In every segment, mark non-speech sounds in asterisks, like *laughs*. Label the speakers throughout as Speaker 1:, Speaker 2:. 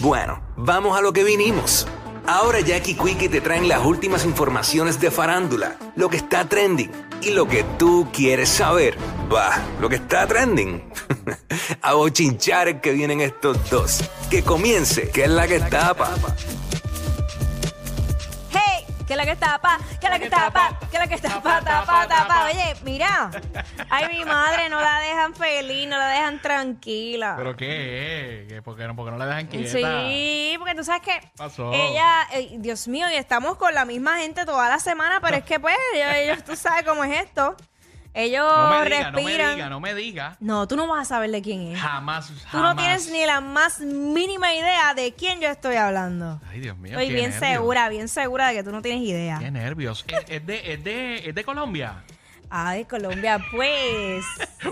Speaker 1: Bueno, vamos a lo que vinimos. Ahora Jackie Quickie te traen las últimas informaciones de farándula, lo que está trending y lo que tú quieres saber. Va, lo que está trending. *laughs* a bochinchar que vienen estos dos. Que comience, que es la que tapa.
Speaker 2: Hey, que la que está pa, que la que está pa, que la que está pa, tapa, tapa. Oye, mira. Ay, mi madre, no la dejan feliz, no la dejan tranquila.
Speaker 3: ¿Pero qué? ¿Qué? ¿Por qué no, por qué no la dejan quieta?
Speaker 2: Sí, porque tú sabes que
Speaker 3: Pasó.
Speaker 2: ella, eh, Dios mío, y estamos con la misma gente toda la semana, pero es que pues ellos, ellos- tú sabes cómo es esto. Ellos
Speaker 3: No me diga, no me
Speaker 2: respiran.
Speaker 3: diga, no me diga.
Speaker 2: No, tú no vas a saber de quién es.
Speaker 3: Jamás, jamás.
Speaker 2: Tú no tienes ni la más mínima idea de quién yo estoy hablando.
Speaker 3: Ay, Dios mío,
Speaker 2: Estoy
Speaker 3: qué
Speaker 2: bien
Speaker 3: nervios.
Speaker 2: segura, bien segura de que tú no tienes idea.
Speaker 3: Qué nervios. Es, es de, es, de, es de Colombia. *laughs*
Speaker 2: Ay, Colombia, pues.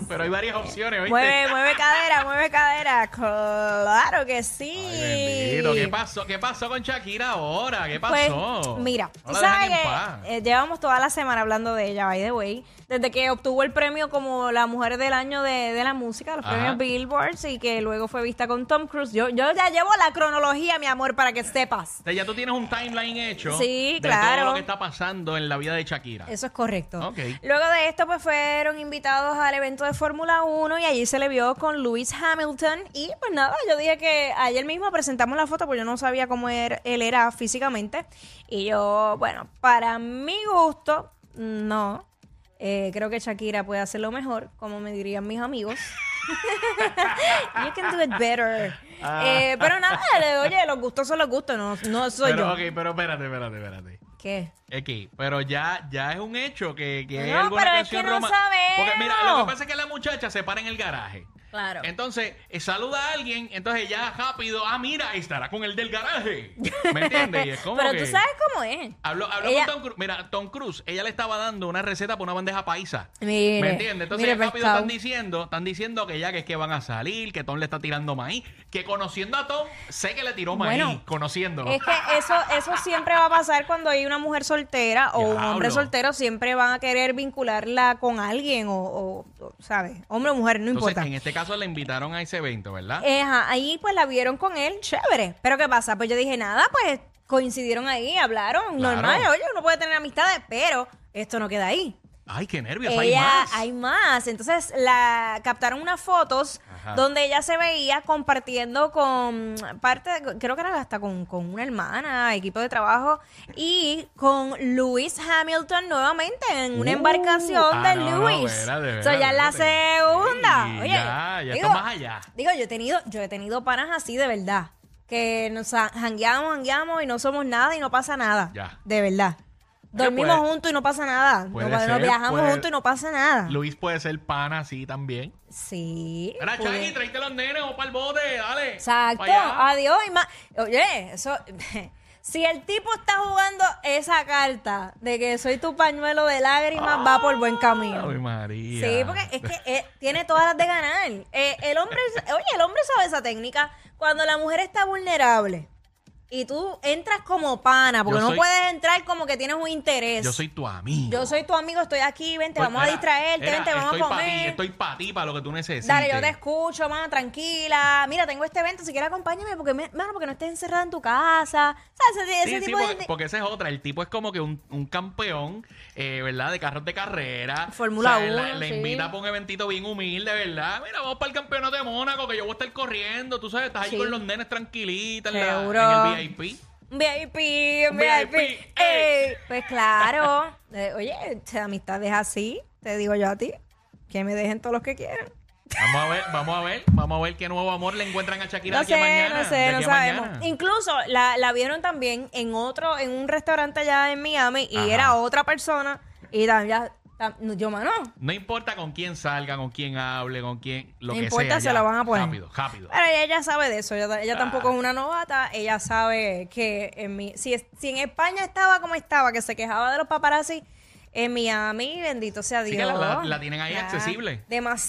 Speaker 3: Pero hay varias opciones, ¿oíste?
Speaker 2: mueve, mueve cadera, mueve cadera. Claro que sí.
Speaker 3: Ay, bendito. ¿Qué pasó? ¿Qué pasó con Shakira ahora? ¿Qué
Speaker 2: Pues,
Speaker 3: pasó?
Speaker 2: mira,
Speaker 3: No
Speaker 2: tú
Speaker 3: la
Speaker 2: sabes
Speaker 3: dejan en paz.
Speaker 2: que eh, llevamos toda la semana hablando de ella, by the way, desde que obtuvo el premio como la mujer del año de, de la música, los
Speaker 3: Ajá.
Speaker 2: premios Billboard, y que luego fue vista con Tom Cruise. Yo, yo ya llevo la cronología, mi amor, para que sepas.
Speaker 3: O sea, Este, ya tú tienes un timeline hecho
Speaker 2: Sí,
Speaker 3: de
Speaker 2: claro.
Speaker 3: todo lo que está pasando en la vida de Shakira.
Speaker 2: Eso es correcto.
Speaker 3: Ok.
Speaker 2: Luego de esto, pues fueron invitados al evento de Fórmula 1 y allí se le vio con Lewis Hamilton. Y pues nada, yo dije que ayer mismo presentamos la foto, porque yo no sabía cómo er- él era físicamente. Y yo, bueno, para mi gusto, no. Eh, creo que Shakira puede hacerlo mejor, como me dirían mis amigos. *laughs* You can do it better.
Speaker 3: Ah.
Speaker 2: Eh, pero nada, oye, los gustos son los gustos, no, no soy
Speaker 3: pero,
Speaker 2: yo.
Speaker 3: ok, pero espérate, espérate, espérate.
Speaker 2: ¿Qué?
Speaker 3: Aquí, pero ya, ya es un hecho que, que hay
Speaker 2: No,
Speaker 3: alguna
Speaker 2: pero es
Speaker 3: canción
Speaker 2: que no
Speaker 3: roma-
Speaker 2: sabemos.
Speaker 3: Porque mira, lo que pasa es que la muchacha se para en el garaje.
Speaker 2: Claro.
Speaker 3: Entonces, eh, saluda a alguien, entonces ya rápido, ah, mira, estará con el del garaje. ¿Me entiendes?
Speaker 2: *laughs*
Speaker 3: Y es como
Speaker 2: Pero
Speaker 3: que-
Speaker 2: tú sabes cómo es.
Speaker 3: Habló, habló
Speaker 2: Ella-
Speaker 3: con Tom Cruise. Mira, Tom Cruise, ella le estaba dando una receta para una bandeja paisa.
Speaker 2: Mire,
Speaker 3: ¿Me entiendes? Entonces,
Speaker 2: mire, pues,
Speaker 3: rápido
Speaker 2: pescado.
Speaker 3: están diciendo, están diciendo que ya que es que van a salir, que Tom le está tirando maíz. Que conociendo a Tom, sé que le tiró maíz,
Speaker 2: Bueno,
Speaker 3: conociéndolo.
Speaker 2: Es que eso, eso siempre va a pasar cuando hay una mujer soltera o un
Speaker 3: Diablo.
Speaker 2: hombre soltero, siempre van a querer vincularla con alguien o, o- o, ¿sabes? Hombre o mujer, no
Speaker 3: Entonces,
Speaker 2: importa.
Speaker 3: en este caso le invitaron a ese evento, ¿verdad?
Speaker 2: Eh, ajá, ahí pues la vieron con él, chévere. Pero ¿qué pasa? Pues yo dije, nada, pues coincidieron ahí, hablaron,
Speaker 3: Claro.
Speaker 2: normal, oye, uno puede tener amistades, pero esto no queda ahí.
Speaker 3: Ay, qué nervios, hay
Speaker 2: Ella,
Speaker 3: más.
Speaker 2: hay más. Entonces la captaron unas fotos
Speaker 3: Ajá.
Speaker 2: donde ella se veía compartiendo con parte, de- creo que era hasta con, con una hermana, equipo de trabajo, y con Lewis Hamilton nuevamente en una
Speaker 3: Uh,
Speaker 2: embarcación
Speaker 3: ah,
Speaker 2: de
Speaker 3: no, no,
Speaker 2: Lewis.
Speaker 3: espérate,
Speaker 2: So, ya es la
Speaker 3: espérate.
Speaker 2: segunda.
Speaker 3: Sí,
Speaker 2: Oye,
Speaker 3: ya, ya está más allá.
Speaker 2: Digo, yo he tenido, yo he tenido panas así de verdad. Que nos ha- jangueamos, jangueamos y no somos nada y no pasa nada.
Speaker 3: Ya.
Speaker 2: De verdad. Dormimos
Speaker 3: puede-
Speaker 2: juntos y no pasa nada. No,
Speaker 3: puede
Speaker 2: nos
Speaker 3: ser,
Speaker 2: viajamos
Speaker 3: puede-
Speaker 2: juntos y no pasa nada.
Speaker 3: Luis puede ser pana así también.
Speaker 2: Sí.
Speaker 3: Era
Speaker 2: pude-
Speaker 3: Chagui, tráete los nenes o para el bote, dale.
Speaker 2: Exacto.
Speaker 3: pa' allá.
Speaker 2: Adiós y más. Oye, eso. *laughs* Si el tipo está jugando esa carta de que soy tu pañuelo de lágrimas, va por buen camino.
Speaker 3: Ay, María.
Speaker 2: Sí, porque es que eh, tiene todas las de ganar. Eh, el hombre, oye, el hombre sabe esa técnica. Cuando la mujer está vulnerable y tú entras como pana, porque
Speaker 3: Yo
Speaker 2: no
Speaker 3: soy-
Speaker 2: puedes entrar como que tienes un interés.
Speaker 3: Yo soy tu amigo.
Speaker 2: Yo soy tu amigo, estoy aquí, vente,
Speaker 3: Pues,
Speaker 2: vamos a
Speaker 3: era,
Speaker 2: distraerte,
Speaker 3: era,
Speaker 2: vente, vamos a
Speaker 3: estoy pa' ti,
Speaker 2: comer.
Speaker 3: estoy para ti, para lo que tú necesites.
Speaker 2: Dale, yo te escucho, mano, tranquila. Mira, tengo este evento, si quieres acompáñame, porque, me- mano, porque no estés encerrada en tu casa. ¿Sabes? Ese,
Speaker 3: Sí,
Speaker 2: ese
Speaker 3: sí,
Speaker 2: tipo
Speaker 3: porque,
Speaker 2: de...
Speaker 3: porque esa es otra. El tipo es como que un, un campeón, eh, ¿verdad? De carros de carrera.
Speaker 2: Fórmula
Speaker 3: O sea, la-
Speaker 2: uno,
Speaker 3: Le
Speaker 2: sí.
Speaker 3: invita para un eventito bien humilde, ¿verdad? Mira, vamos para el campeonato de Mónaco, que yo voy a estar corriendo. Tú sabes, estás
Speaker 2: Sí.
Speaker 3: ahí con los nenes tranquilitas en, la-
Speaker 2: Seguro.
Speaker 3: en el VIP.
Speaker 2: Un VIP, un
Speaker 3: Un
Speaker 2: VIP.
Speaker 3: VIP,
Speaker 2: ey. Pues claro. *laughs* Eh, oye, la amistad es así, te digo yo a ti. Que me dejen todos los que quieran.
Speaker 3: Vamos a ver, vamos a ver, vamos a ver qué nuevo amor le encuentran a Shakira
Speaker 2: No
Speaker 3: de aquí a
Speaker 2: sé,
Speaker 3: mañana.
Speaker 2: no
Speaker 3: de
Speaker 2: sé, no
Speaker 3: aquí a
Speaker 2: sabemos.
Speaker 3: mañana.
Speaker 2: Incluso la, la vieron también en otro, en un restaurante allá en Miami y
Speaker 3: Ajá.
Speaker 2: era otra persona y también, yo, mano,
Speaker 3: No importa con quién salga, con quién hable, con quién, lo
Speaker 2: No
Speaker 3: que
Speaker 2: importa,
Speaker 3: sea.
Speaker 2: se
Speaker 3: ya.
Speaker 2: la van a poner.
Speaker 3: Rápido, rápido. Ah.
Speaker 2: Pero ella, ella sabe de eso, ella, ella tampoco es una novata, ella sabe que en mi, si, es- si en España estaba como estaba, que se quejaba de los paparazzi, en Miami, bendito sea
Speaker 3: Sí
Speaker 2: Dios.
Speaker 3: que la- la- la tienen ahí accesible.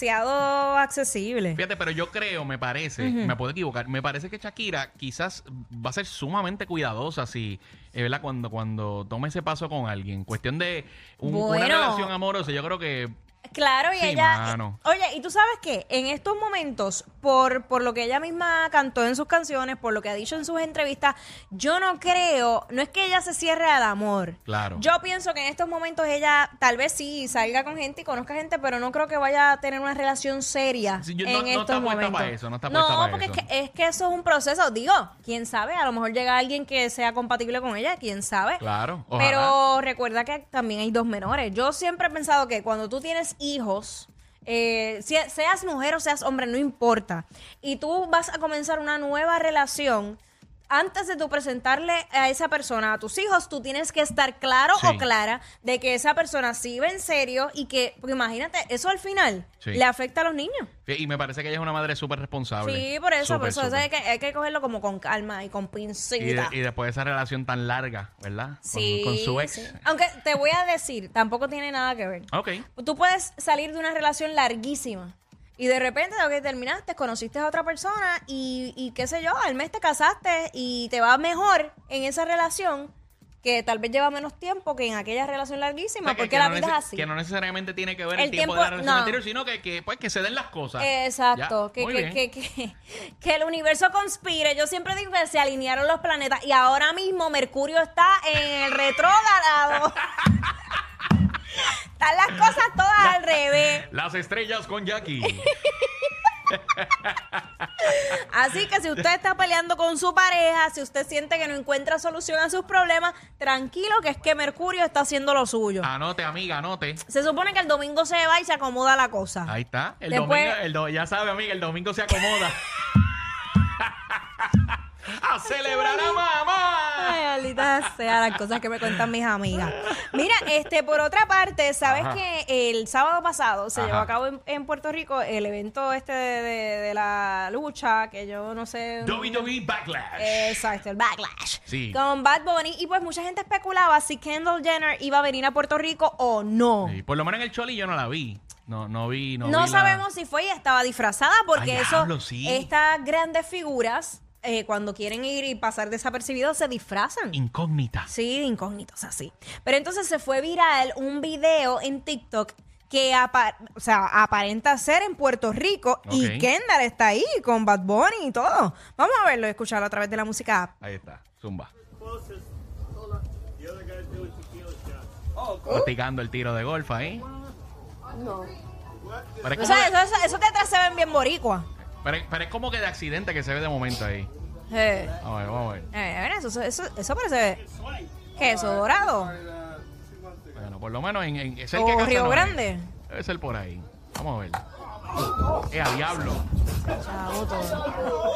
Speaker 2: Demasiado accesible.
Speaker 3: Fíjate, pero yo creo, me parece, me puedo equivocar, me parece que Shakira quizás va a ser sumamente cuidadosa si, eh, ¿verdad? Cuando, cuando tome ese paso con alguien. Cuestión de un-
Speaker 2: Bueno.
Speaker 3: una relación amorosa, yo creo que
Speaker 2: Es Claro, y
Speaker 3: Sí,
Speaker 2: ella.
Speaker 3: mano.
Speaker 2: Oye, y tú sabes que en estos momentos, por, por lo que ella misma cantó en sus canciones, por lo que ha dicho en sus entrevistas, yo no creo, no es que ella se cierre al amor.
Speaker 3: Claro.
Speaker 2: Yo pienso que en estos momentos ella tal vez sí salga con gente y conozca gente, pero no creo que vaya a tener una relación seria
Speaker 3: Sí, yo-
Speaker 2: en
Speaker 3: no- no
Speaker 2: estos
Speaker 3: está puesta
Speaker 2: momentos.
Speaker 3: para eso, no está puesta para
Speaker 2: porque
Speaker 3: eso.
Speaker 2: Es, que, es que eso es un proceso. Digo, quién sabe, a lo mejor llega alguien que sea compatible con ella, quién sabe.
Speaker 3: Claro, ojalá.
Speaker 2: Pero recuerda que también hay dos menores. Yo siempre he pensado que cuando tú tienes hijos, eh, sea- seas mujer o seas hombre, no importa, y tú vas a comenzar una nueva relación. Antes de tú presentarle a esa persona, a tus hijos, tú tienes que estar claro
Speaker 3: Sí.
Speaker 2: o clara de que esa persona sí va en serio y que, porque imagínate, eso al final
Speaker 3: Sí.
Speaker 2: le afecta a los niños.
Speaker 3: eh, Y me parece que ella es una madre súper responsable.
Speaker 2: Sí, por eso, por
Speaker 3: Súper,
Speaker 2: eso, eso
Speaker 3: súper.
Speaker 2: hay, que, hay que cogerlo como con calma y con
Speaker 3: Y,
Speaker 2: pincita.
Speaker 3: de- y después de esa relación tan larga, ¿verdad? Con-
Speaker 2: Sí,
Speaker 3: Con, su ex.
Speaker 2: sí. Aunque te voy a decir, tampoco tiene nada que ver.
Speaker 3: Ok.
Speaker 2: Tú puedes salir de una relación larguísima y de repente, que terminaste, conociste a otra persona y, y qué sé yo, al mes te casaste y te va mejor en esa relación que tal vez lleva menos tiempo que en aquella relación larguísima
Speaker 3: O sea, que-
Speaker 2: porque
Speaker 3: que
Speaker 2: la
Speaker 3: no
Speaker 2: vida
Speaker 3: nece-
Speaker 2: es así.
Speaker 3: Que no necesariamente tiene que ver
Speaker 2: El
Speaker 3: el, tiempo,
Speaker 2: tiempo-
Speaker 3: de la relación
Speaker 2: no.
Speaker 3: anterior, sino que, que, pues, que se den las cosas.
Speaker 2: Exacto,
Speaker 3: Ya,
Speaker 2: que,
Speaker 3: muy
Speaker 2: que,
Speaker 3: bien.
Speaker 2: que, que- que el universo conspire. Yo siempre digo que se alinearon los planetas y ahora mismo Mercurio está en el
Speaker 3: *laughs*
Speaker 2: retrógrado. Están las cosas todas al revés.
Speaker 3: Las estrellas con
Speaker 2: *laughs*
Speaker 3: Jackie.
Speaker 2: Así que si usted está peleando con su pareja, si usted siente que no encuentra solución a sus problemas, tranquilo que es que Mercurio está haciendo lo suyo.
Speaker 3: anote, amiga, anote.
Speaker 2: Se supone que el domingo se va y se acomoda la cosa.
Speaker 3: Ahí está. El
Speaker 2: Después-
Speaker 3: domingo, el do- ya sabe, amiga, el domingo se acomoda. *laughs* ¡A celebrar a mamá!
Speaker 2: Ay, maldita sea las cosas que me cuentan mis amigas. Mira, este, por otra parte, sabes
Speaker 3: Ajá.
Speaker 2: que el sábado pasado se
Speaker 3: Ajá.
Speaker 2: llevó a cabo en, en Puerto Rico el evento este de, de- de la lucha, que yo no sé.
Speaker 3: WWE Backlash.
Speaker 2: Eh, Exacto, el backlash.
Speaker 3: Sí.
Speaker 2: Con Bad Bunny. Y pues mucha gente especulaba si Kendall Jenner iba a venir a Puerto Rico o no.
Speaker 3: Sí, por lo menos en el Choli yo no la vi. No, no vi, no
Speaker 2: No,
Speaker 3: vi la-
Speaker 2: sabemos si fue y estaba disfrazada porque
Speaker 3: Ay,
Speaker 2: eso,
Speaker 3: diablo, sí.
Speaker 2: estas grandes figuras, eh, cuando quieren ir y pasar desapercibidos, se disfrazan.
Speaker 3: Incógnita.
Speaker 2: Sí, de incógnitos, así. Pero entonces se fue viral un video en TikTok que apa- o sea, aparenta ser en Puerto Rico y
Speaker 3: Ok.
Speaker 2: Kendall está ahí con Bad Bunny y todo. Vamos a verlo y escucharlo a través de la música app.
Speaker 3: Ahí está, zumba.
Speaker 4: closest. The other guy's doing tequila shots.
Speaker 3: Practicando el tiro de golf ahí. Pero es,
Speaker 2: O
Speaker 3: como
Speaker 2: sea,
Speaker 3: de-
Speaker 2: eso, eso- esos detrás se ven bien boricua.
Speaker 3: pero- pero es como que de accidente que se ve de momento ahí.
Speaker 2: Eh,
Speaker 3: Vamos a ver, vamos a ver.
Speaker 2: eh, eso, eso, eso- eso parece... ¿Qué es eso, dorado?
Speaker 3: Bueno, por lo menos en, en- es el que
Speaker 2: ¿O
Speaker 3: casa
Speaker 2: Río
Speaker 3: no es.
Speaker 2: Grande?
Speaker 3: Debe ser por ahí. Vamos a ver. ¡Eh, a diablo!
Speaker 2: Chavo, todo.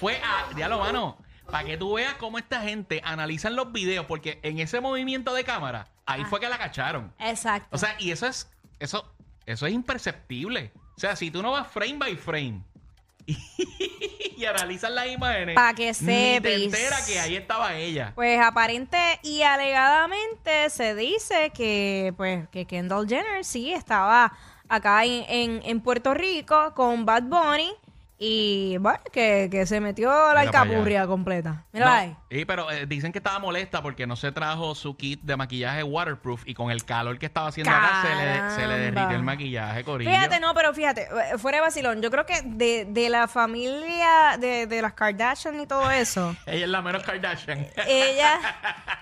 Speaker 3: Fue a diablo, mano. Para que tú veas cómo esta gente analizan los videos, porque en ese movimiento de cámara, ahí
Speaker 2: Ah.
Speaker 3: fue que la cacharon.
Speaker 2: Exacto.
Speaker 3: O sea, y eso es, eso, eso es imperceptible. O sea, si tú no vas frame by frame *laughs* y analizas las imágenes,
Speaker 2: Pa' que
Speaker 3: ni
Speaker 2: sepis.
Speaker 3: te enteras que ahí estaba ella.
Speaker 2: Pues aparente y alegadamente se dice que, pues, que Kendall Jenner sí estaba acá en, en- en Puerto Rico con Bad Bunny y bueno, que, que se metió la
Speaker 3: Mira pa' allá.
Speaker 2: alcapurria completa. Mírala
Speaker 3: No,
Speaker 2: ahí.
Speaker 3: Sí, pero eh, dicen que estaba molesta porque no se trajo su kit de maquillaje waterproof y con el calor que estaba haciendo acá se le, se le
Speaker 2: Caramba.
Speaker 3: derritió el maquillaje, Corillo.
Speaker 2: Fíjate, no, pero fíjate, eh, fuera de vacilón, yo creo que de, de la familia de, de las Kardashian y todo eso.
Speaker 3: Ella es la menos
Speaker 2: *laughs*
Speaker 3: Kardashian.
Speaker 2: Ella,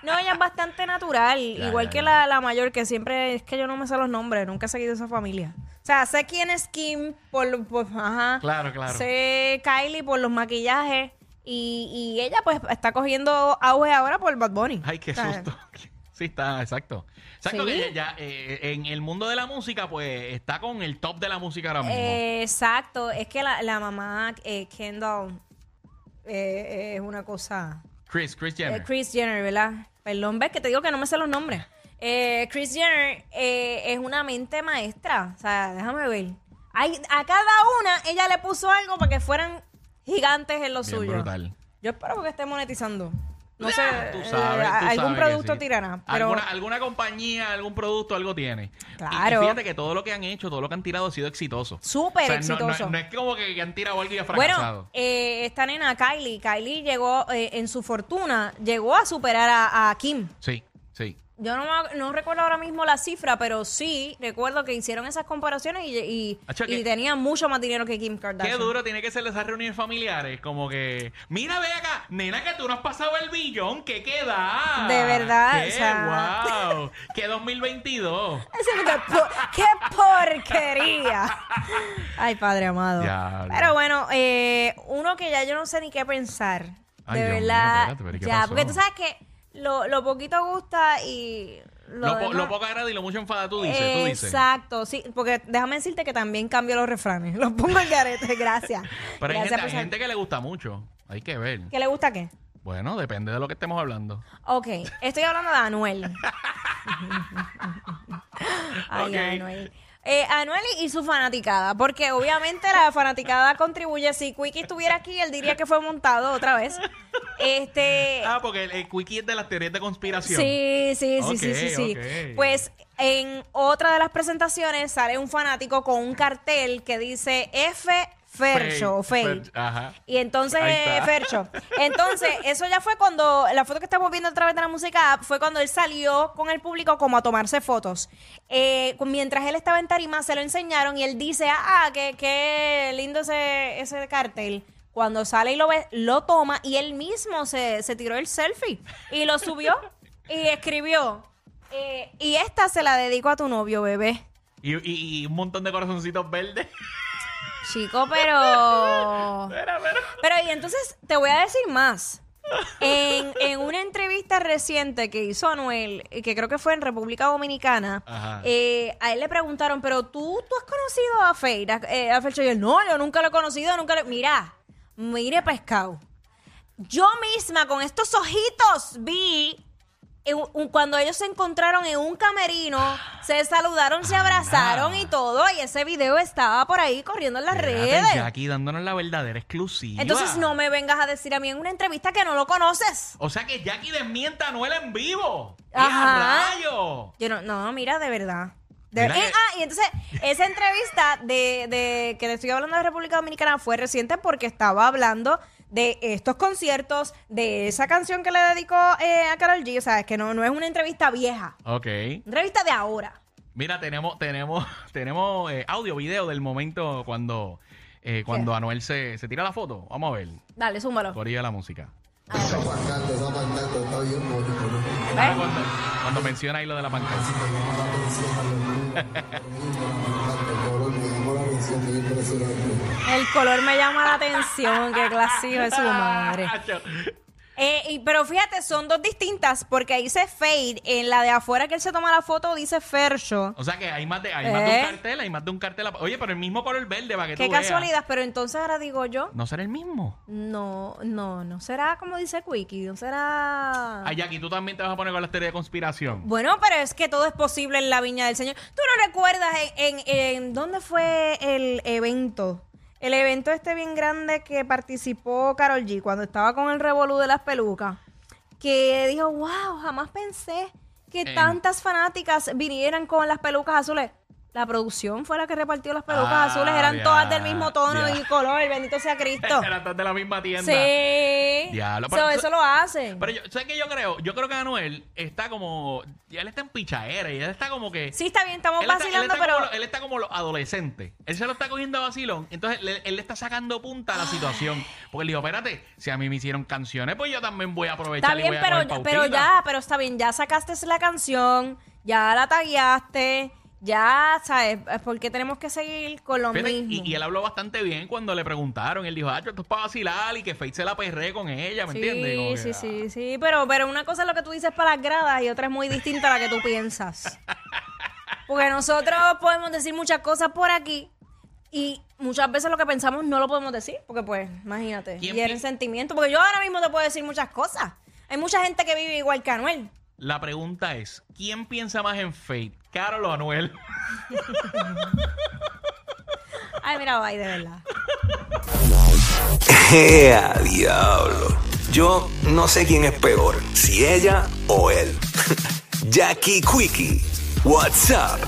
Speaker 2: no, ella es bastante natural,
Speaker 3: Ya,
Speaker 2: igual
Speaker 3: ya,
Speaker 2: que
Speaker 3: ya.
Speaker 2: La, la mayor, que siempre es que yo no me sé los nombres, nunca he seguido esa familia. O sea, sé quién es Kim por, por- ajá.
Speaker 3: Claro, claro.
Speaker 2: Sé Kylie por los maquillajes y, y ella pues está cogiendo auge ahora por Bad Bunny.
Speaker 3: Ay, qué
Speaker 2: O sea,
Speaker 3: susto. Sí, está, exacto. Exacto,
Speaker 2: Sí.
Speaker 3: que ya, ya, eh, en el mundo de la música, pues está con el top de la música ahora mismo.
Speaker 2: eh, exacto, es que la, la mamá eh, Kendall eh, es una cosa.
Speaker 3: Chris, Chris
Speaker 2: Eh,
Speaker 3: Jenner.
Speaker 2: Chris Jenner, ¿verdad? Perdón, ves que te digo que no me sé los nombres. Eh, Chris Jenner eh, es una mente maestra. O sea, déjame ver. Ay, a cada una ella le puso algo para que fueran gigantes en lo
Speaker 3: Bien
Speaker 2: suyo.
Speaker 3: brutal. Ah,
Speaker 2: Yo espero que esté monetizando. No sé,
Speaker 3: Tú sabes,
Speaker 2: eh,
Speaker 3: tú sabes
Speaker 2: algún
Speaker 3: que
Speaker 2: producto
Speaker 3: sí.
Speaker 2: tirará. Pero
Speaker 3: ¿Alguna, alguna compañía, algún producto, algo tiene. Y-
Speaker 2: Claro.
Speaker 3: Y, fíjate que todo lo que han hecho, todo lo que han tirado ha sido exitoso.
Speaker 2: Súper
Speaker 3: O sea, no-
Speaker 2: exitoso.
Speaker 3: No, no es como que han tirado algo y ha
Speaker 2: bueno,
Speaker 3: fracasado.
Speaker 2: eh, esta nena Kylie, Kylie llegó eh, en su fortuna, llegó a superar a, a Kim.
Speaker 3: sí. Sí.
Speaker 2: Yo no, me- no recuerdo ahora mismo la cifra, pero sí recuerdo que hicieron esas comparaciones y, y,
Speaker 3: Acho,
Speaker 2: y
Speaker 3: que-
Speaker 2: tenía mucho más dinero que Kim
Speaker 3: Qué
Speaker 2: Kardashian.
Speaker 3: duro tiene que ser esas reuniones familiares. Como que, mira, ve acá, nena, que tú no has pasado el billón, ¿qué queda?
Speaker 2: De verdad,
Speaker 3: Qué
Speaker 2: o sea. *laughs*
Speaker 3: wow. ¡Qué 2022!
Speaker 2: Ese es de po- ¡Qué porquería! Ay, padre amado.
Speaker 3: Diablo.
Speaker 2: Pero bueno, eh, uno que ya yo no sé ni qué pensar.
Speaker 3: Ay,
Speaker 2: de
Speaker 3: Dios mío,
Speaker 2: verdad.
Speaker 3: espérate, pero ¿y qué
Speaker 2: ya,
Speaker 3: pasó?
Speaker 2: porque tú sabes que lo, lo poquito gusta y. Lo,
Speaker 3: Lo, po-
Speaker 2: demás-
Speaker 3: lo poco agrada y lo mucho enfada tú dices, tú dices.
Speaker 2: Exacto, sí, porque déjame decirte que también cambio los refranes. Los pongo al garete, *laughs* gracias.
Speaker 3: Pero
Speaker 2: Gracias
Speaker 3: hay gente,
Speaker 2: por
Speaker 3: hay
Speaker 2: saber.
Speaker 3: gente que le gusta mucho. Hay que ver.
Speaker 2: ¿Qué le gusta qué?
Speaker 3: Bueno, depende de lo que estemos hablando.
Speaker 2: Ok, estoy hablando de Anuel. Ay,
Speaker 3: Ok.
Speaker 2: Anuel. Eh, Anuel y su fanaticada, porque obviamente la fanaticada contribuye. Si Quickie estuviera aquí, él diría que fue montado otra vez. Este.
Speaker 3: Ah, porque el, el quickie es de las teorías de conspiración.
Speaker 2: Sí, sí, sí, sí,
Speaker 3: Ok,
Speaker 2: sí, sí.
Speaker 3: ok.
Speaker 2: Pues en otra de las presentaciones sale un fanático con un cartel que dice F Fercho, o
Speaker 3: Fe-
Speaker 2: Fey.
Speaker 3: Fer- pues, ajá.
Speaker 2: Y entonces,
Speaker 3: Ahí está.
Speaker 2: eh, Fercho.
Speaker 3: *laughs*
Speaker 2: Entonces, eso ya fue cuando la foto que estamos viendo a través de la música app fue cuando él salió con el público como a tomarse fotos. Eh, mientras él estaba en Tarima, se lo enseñaron y él dice: Ah, qué, qué lindo ese, ese cartel. Cuando sale y lo ve, lo toma y él mismo se, se tiró el selfie y lo subió y escribió: eh, Y esta se la dedico a tu novio, bebé.
Speaker 3: Y, y- y un montón de corazoncitos verdes. *laughs*
Speaker 2: Chico, pero.
Speaker 3: Espera, espera.
Speaker 2: Pero y entonces te voy a decir más. En, en una entrevista reciente que hizo Anuel, eh, que creo que fue en República Dominicana,
Speaker 3: Ajá.
Speaker 2: eh, a él le preguntaron, pero tú, tú has conocido a Feir, a, eh, a Fercho?" Y él, no, yo nunca lo he conocido, nunca lo... Mira, mire pescado. Yo misma con estos ojitos vi en un- un- cuando ellos se encontraron en un camerino, se saludaron, se abrazaron y todo, y ese video estaba por ahí corriendo en las
Speaker 3: Espérate,
Speaker 2: redes.
Speaker 3: Jackie dándonos la verdadera exclusiva.
Speaker 2: Entonces no me vengas a decir a mí en una entrevista que no lo conoces.
Speaker 3: O sea que Jackie desmienta a Noel en vivo.
Speaker 2: Ajá.
Speaker 3: ¡Ajá! rayo!
Speaker 2: Yo no, no, mira, de verdad. De-
Speaker 3: Mira
Speaker 2: Eh,
Speaker 3: que-
Speaker 2: ah, y entonces esa entrevista de, de que te estoy hablando de República Dominicana fue reciente porque estaba hablando de estos conciertos, de esa canción que le dedicó eh, a Carol G. O sea, es que no, no es una entrevista vieja,
Speaker 3: Ok.
Speaker 2: entrevista de ahora.
Speaker 3: Mira, tenemos, tenemos, *laughs* tenemos eh, audio, video del momento cuando, eh, cuando Anuel se, se tira la foto. Vamos a ver.
Speaker 2: Dale, súmalo.
Speaker 3: Corría la música.
Speaker 5: No aguantaste, no aguantaste, está bien bonito, ¿no?
Speaker 2: ¿Ves?
Speaker 3: Ah, Cuando, cuando menciona ahí lo de la pantalla.
Speaker 5: El color me llamó la atención, muy impresionante.
Speaker 2: El color me llama la atención, qué clásico es su madre.
Speaker 3: Acho.
Speaker 2: Eh, y- pero fíjate, son dos distintas porque ahí dice Fade. En la de afuera que él se toma la foto dice Fercho.
Speaker 3: O sea que hay más de, hay más de
Speaker 2: ¿Eh?
Speaker 3: un cartel, hay más de un cartel. Oye, pero el mismo color verde, para que
Speaker 2: Qué
Speaker 3: tú veas.
Speaker 2: casualidad, pero entonces ahora digo yo,
Speaker 3: No será el mismo.
Speaker 2: no, no, no será como dice Quickie, no será...
Speaker 3: Ay, Jackie, tú también te vas a poner con las teorías de conspiración.
Speaker 2: Bueno, pero es que todo es posible en la viña del Señor. ¿Tú no recuerdas en, en- en dónde fue el evento? El evento este bien grande que participó Carol G cuando estaba con el revolú de las pelucas. Que dijo, wow, jamás pensé que
Speaker 3: En-
Speaker 2: tantas fanáticas vinieran con las pelucas azules. La producción fue la que repartió las pelucas
Speaker 3: Ah,
Speaker 2: azules. Eran
Speaker 3: ya,
Speaker 2: todas del mismo tono
Speaker 3: ya.
Speaker 2: y color. Bendito sea Cristo.
Speaker 3: *laughs* Eran todas de la misma tienda.
Speaker 2: sí.
Speaker 3: Diablo,
Speaker 2: So,
Speaker 3: pero-
Speaker 2: eso lo hacen.
Speaker 3: Pero yo, ¿sabes qué yo creo? Yo creo que Anuel está como... ya Él está en pichaera y él está como que...
Speaker 2: sí, está bien, estamos
Speaker 3: él está, él
Speaker 2: vacilando,
Speaker 3: está
Speaker 2: pero...
Speaker 3: como lo- él está como los adolescentes. Él se lo está cogiendo a vacilón. Entonces, le- él le está sacando punta
Speaker 2: Ah.
Speaker 3: a la situación. Porque él dijo, espérate, si a mí me hicieron canciones, pues yo también voy a aprovechar
Speaker 2: Está
Speaker 3: y
Speaker 2: bien,
Speaker 3: voy a
Speaker 2: pero,
Speaker 3: coger
Speaker 2: ya-
Speaker 3: pautita".
Speaker 2: pero ya, pero está bien, ya sacaste la canción, ya la tagueaste, ya, ¿sabes? Es porque tenemos que seguir con lo
Speaker 3: Fíjate,
Speaker 2: mismo.
Speaker 3: y, y él habló bastante bien cuando le preguntaron. Él dijo, ah, yo esto es para vacilar y que Faith se la perré con ella, ¿me entiendes? Como
Speaker 2: sí, sí,
Speaker 3: que, ah.
Speaker 2: sí, sí, pero, pero una cosa es lo que tú dices para las gradas y otra es muy distinta a la que tú
Speaker 3: *laughs*
Speaker 2: piensas. Porque nosotros podemos decir muchas cosas por aquí y muchas veces lo que pensamos no lo podemos decir, porque pues, imagínate,
Speaker 3: ¿Quién
Speaker 2: y
Speaker 3: pi-
Speaker 2: el sentimiento, porque yo ahora mismo te puedo decir muchas cosas. Hay mucha gente que vive igual que Anuel.
Speaker 3: La pregunta es, ¿quién piensa más en Faith, Carol o Anuel?
Speaker 2: Ay, mira, bye, de verdad.
Speaker 1: *laughs* ¡Ea, diablo! Yo no sé quién es *laughs* peor, si ella o él. Jackie Quickie, WhatsApp